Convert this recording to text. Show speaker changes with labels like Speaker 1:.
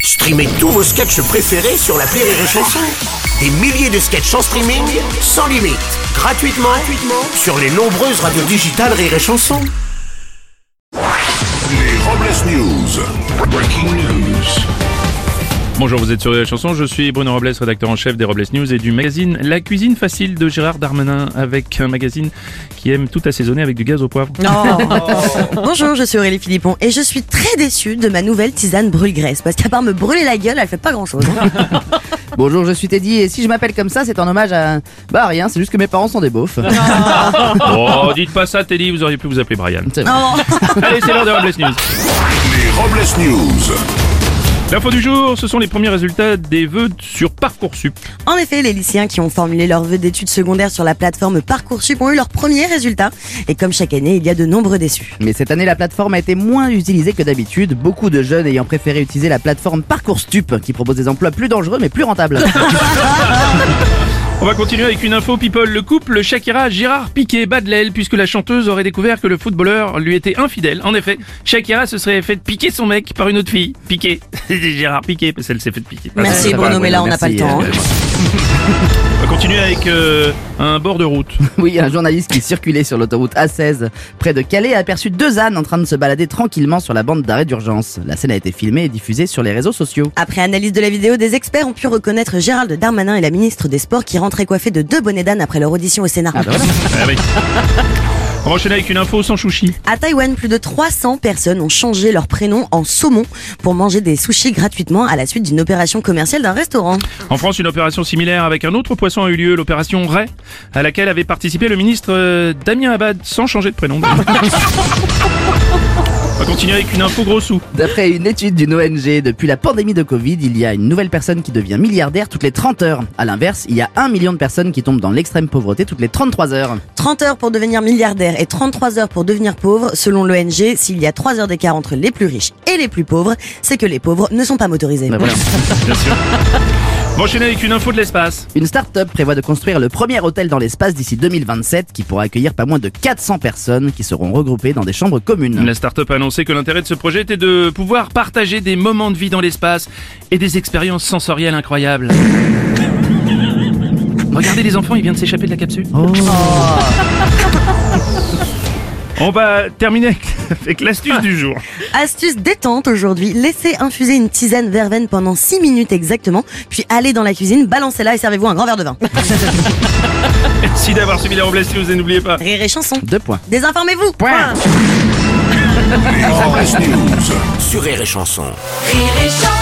Speaker 1: Streamez tous vos sketchs préférés sur la Rire et Chanson. Des milliers de sketchs en streaming, sans limite, gratuitement, gratuitement sur les nombreuses radios digitales Rire et Chanson.
Speaker 2: Les Robles News. Breaking news.
Speaker 3: Bonjour, vous êtes sur la chanson, je suis Bruno Robles, rédacteur en chef des Robles News et du magazine La cuisine facile de Gérard Darmenin avec un magazine qui aime tout assaisonner avec du gaz au poivre.
Speaker 4: Oh.
Speaker 5: Bonjour, je suis Aurélie Philippon et je suis très déçue de ma nouvelle tisane brûle-graisse parce qu'à part me brûler la gueule, elle fait pas hein. grand chose.
Speaker 4: Bonjour, je suis Teddy et si je m'appelle comme ça, c'est en hommage à. Bah rien, c'est juste que mes parents sont des beaufs.
Speaker 3: Oh, dites pas ça Teddy, vous auriez pu vous appeler Brian.
Speaker 4: C'est vrai.
Speaker 3: Allez, c'est l'heure des Robles News.
Speaker 2: Les Robles News.
Speaker 3: L'info du jour, ce sont les premiers résultats des vœux sur Parcoursup.
Speaker 5: En effet, les lycéens qui ont formulé leurs vœux d'études secondaires sur la plateforme Parcoursup ont eu leurs premiers résultats et comme chaque année, il y a de nombreux déçus.
Speaker 4: Mais cette année, la plateforme a été moins utilisée que d'habitude, beaucoup de jeunes ayant préféré utiliser la plateforme Parcoursup, qui propose des emplois plus dangereux mais plus rentables.
Speaker 3: On va continuer avec une info people. Le couple Shakira Gérard Piqué bat de l'aile puisque la chanteuse aurait découvert que le footballeur lui était infidèle. En effet, Shakira se serait fait piquer son mec par une autre fille. Piqué. Gérard Piqué, parce qu'elle s'est fait piquer.
Speaker 5: Merci,
Speaker 4: Bah, ça va,
Speaker 5: Bruno,
Speaker 4: oui,
Speaker 5: mais là, on n'a
Speaker 4: merci,
Speaker 5: pas le temps.
Speaker 4: euh,
Speaker 5: hein.
Speaker 3: On va continuer avec euh, un bord de route.
Speaker 4: oui, un journaliste qui circulait sur l'autoroute A16 près de Calais a aperçu deux ânes en train de se balader tranquillement sur la bande d'arrêt d'urgence. La scène a été filmée et diffusée sur les réseaux sociaux.
Speaker 5: Après analyse de la vidéo, des experts ont pu reconnaître Gérald Darmanin et la ministre des Sports qui rentraient coiffés de deux bonnets d'âne après leur audition au Sénat.
Speaker 4: bah
Speaker 3: Ah oui. On va enchaîner avec une info sans chouchi.
Speaker 5: À Taïwan, plus de 300 personnes ont changé leur prénom en saumon pour manger des sushis gratuitement à la suite d'une opération commerciale d'un restaurant.
Speaker 3: En France, une opération similaire avec un autre poisson a eu lieu, l'opération Ray, à laquelle avait participé le ministre euh, Damien Abad sans changer de prénom. On va continuer avec une info gros sous.
Speaker 4: D'après une étude d'une ONG, depuis la pandémie de Covid, il y a une nouvelle personne qui devient milliardaire toutes les 30 heures. À l'inverse, il y a un million de personnes qui tombent dans l'extrême pauvreté toutes les 33 heures.
Speaker 5: 30 heures pour devenir milliardaire et 33 heures pour devenir pauvre, selon l'ONG, s'il y a 3 heures d'écart entre les plus riches et les plus pauvres, c'est que les pauvres ne sont pas motorisés.
Speaker 4: Ben voilà.
Speaker 3: Bien sûr. On va enchaîner avec une info de l'espace.
Speaker 4: Une start-up prévoit de construire le premier hôtel dans l'espace d'ici 2027 qui pourra accueillir pas moins de 400 personnes qui seront regroupées dans des chambres communes.
Speaker 3: La start-up a annoncé que l'intérêt de ce projet était de pouvoir partager des moments de vie dans l'espace et des expériences sensorielles incroyables. Regardez les enfants, il vient de s'échapper de la capsule. On va terminer avec, avec l'astuce du jour.
Speaker 5: Astuce détente aujourd'hui, laissez infuser une tisane verveine pendant 6 minutes exactement, puis allez dans la cuisine, balancez-la et servez-vous un grand verre de vin.
Speaker 3: Merci d'avoir suivi les Robles News et n'oubliez pas,
Speaker 5: Rire et chanson.
Speaker 4: Deux points.
Speaker 5: Désinformez-vous
Speaker 4: Point.
Speaker 2: Les Robles News.
Speaker 1: Sur Rire et Chanson.
Speaker 6: Rire et chanson.